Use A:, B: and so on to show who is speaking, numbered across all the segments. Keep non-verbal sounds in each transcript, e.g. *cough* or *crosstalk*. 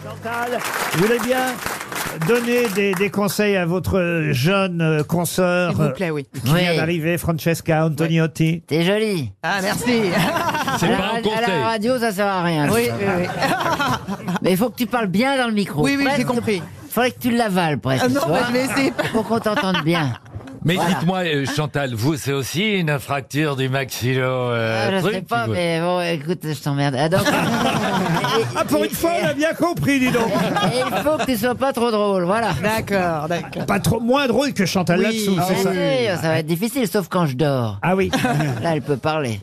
A: Stendhal. Vous voulez bien donner des, des conseils à votre jeune euh, consoeur
B: S'il vous plaît, oui.
A: euh, qui vient
C: Oui.
A: d'arriver, Francesca Antoniotti
C: T'es jolie.
B: Ah, merci.
C: À la,
D: pas un
C: ra- à
D: conseil.
C: la radio, ça sert à rien.
B: oui, oui, oui.
C: Mais il faut que tu parles bien dans le micro.
B: Oui, oui, j'ai
C: Presque-
B: compris.
C: Faudrait que tu l'avales presque.
B: Ah non,
C: tu vois,
B: mais je vais essayer.
C: *laughs* Pour qu'on t'entende bien.
D: Mais dites-moi, euh, Chantal, vous, c'est aussi une fracture du maxillo euh,
C: Ah, je
D: truc,
C: sais pas,
D: vous-
C: mais bon, écoute, je t'emmerde. Ah, donc-
A: Ah, pour une fois, on a bien compris, dis donc
C: Et il faut que tu sois pas trop drôle, voilà.
B: D'accord, d'accord.
A: *laughs* Pas trop, moins drôle que Chantal
B: Oui.
A: là-dessous,
C: Bien
A: c'est Ah, ça
C: sûr, ça va être difficile, sauf quand je dors.
A: Ah oui,
C: Là, elle peut parler.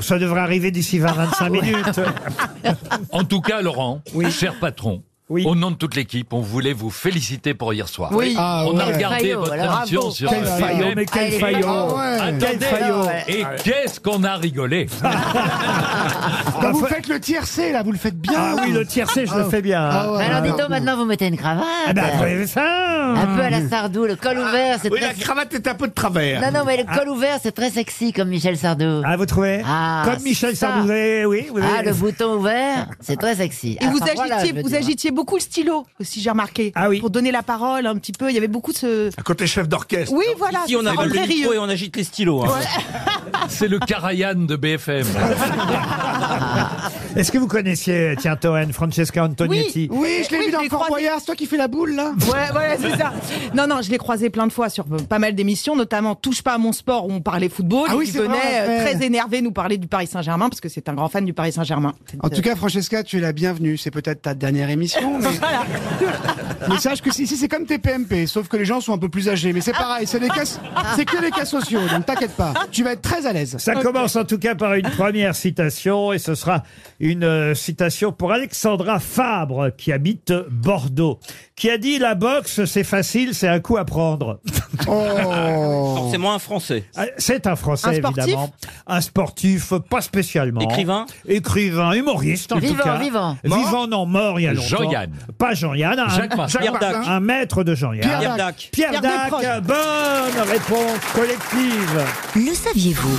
A: ça devrait arriver d'ici 20-25 minutes.
D: En tout cas, Laurent, cher patron,
A: Oui.
D: au nom de toute l'équipe, on voulait vous féliciter pour hier soir.
B: Oui.
E: Ah,
D: on a
E: ouais.
D: regardé
C: Faillot,
D: votre
C: alors.
D: émission
B: Bravo.
D: sur
A: Quel
D: euh,
A: faillot, mais
C: Ah,
A: quel
C: il est
A: faillot
C: pas-
E: Ah ouais.
A: Quel
D: Attendez,
A: faillot
C: ouais.
D: Et qu'est-ce qu'on
A: *laughs*
D: a rigolé
E: Quand vous faites le tiercé, là, vous le faites bien.
A: Ah oui, le tiercé, je le fais bien.
E: Ah ouais.
C: Mais alors, dites-donc, maintenant, vous mettez une
A: Ah
C: cravate.
A: bah, vous avez ça
C: Un peu à la Sardou, le col ouvert, c'est
F: Oui,
C: très...
F: la cravate est un peu de travers.
C: Non, non, mais le col ouvert, c'est très sexy, comme Michel Sardou.
A: Ah, vous trouvez
C: Ah,
A: Comme Michel
C: ça.
A: Sardou, vous avez- oui. Vous
C: Ah,
A: avez-
C: le bouton ouvert, c'est très sexy.
B: Et vous,
C: Enfin, voilà,
B: agitiez,
C: je veux
B: vous
C: dire.
B: agitiez beaucoup le stylo, aussi, j'ai remarqué.
A: Ah oui.
B: Pour donner la parole un petit peu, il y avait beaucoup de ce...
F: À côté chef d'orchestre.
B: Oui, voilà.
G: Ici, on
B: c'est
G: avale
B: André
G: le micro
B: Rieu.
G: et on agite les stylos. hein.
D: C'est le Karajan de BFM.
A: Est-ce que vous connaissiez, tiens, Toen, Francesca Antonietti
E: Oui, je l'ai
B: Oui,
E: vu
B: je
E: dans
B: l'ai
E: Fort
B: croisé.
E: Boyard, c'est toi qui fais la boule, là
B: Ouais, ouais, c'est ça. Non, non, je l'ai croisé plein de fois sur euh, pas mal d'émissions, notamment Touche pas à mon sport où on parlait football.
E: Ah
B: et
E: oui,
B: il
E: c'est vrai, on
B: venait
E: l'a
B: euh,
E: fait.
B: très énervé nous parler du Paris Saint-Germain parce que c'est un grand fan du Paris Saint-Germain. euh,
E: En tout cas, Francesca, tu es la bienvenue. C'est peut-être ta dernière émission. *laughs* Mais, mais sache que si, si, c'est comme tes PMP, sauf que les gens sont un peu plus âgés. Mais c'est pareil, c'est des cas, c'est que les cas sociaux, donc t'inquiète pas. Tu vas être très à l'aise.
A: Ça commence en tout cas par une première citation et ce sera une euh, citation pour Alexandra Fabre qui habite Bordeaux, qui a dit la boxe c'est facile, c'est un coup à prendre.
E: Oh
G: Forcément un français.
A: Ah, C'est un Français
B: Un sportif
A: évidemment, un sportif pas spécialement.
G: Écrivain
A: écrivain, humoriste en
C: Vivant,
A: tout cas.
C: vivant.
A: vivant, non mort il y a longtemps.
D: Jean-Yann.
A: Pas Jean-Yann, un,
D: Jacques Martin.
G: Pierre Dac.
A: un maître de Jean-Yann.
E: Pierre
G: Pierre Dac.
A: Pierre,
B: Pierre
A: Dac,
B: Desproges.
A: bonne réponse collective.
H: Le saviez-vous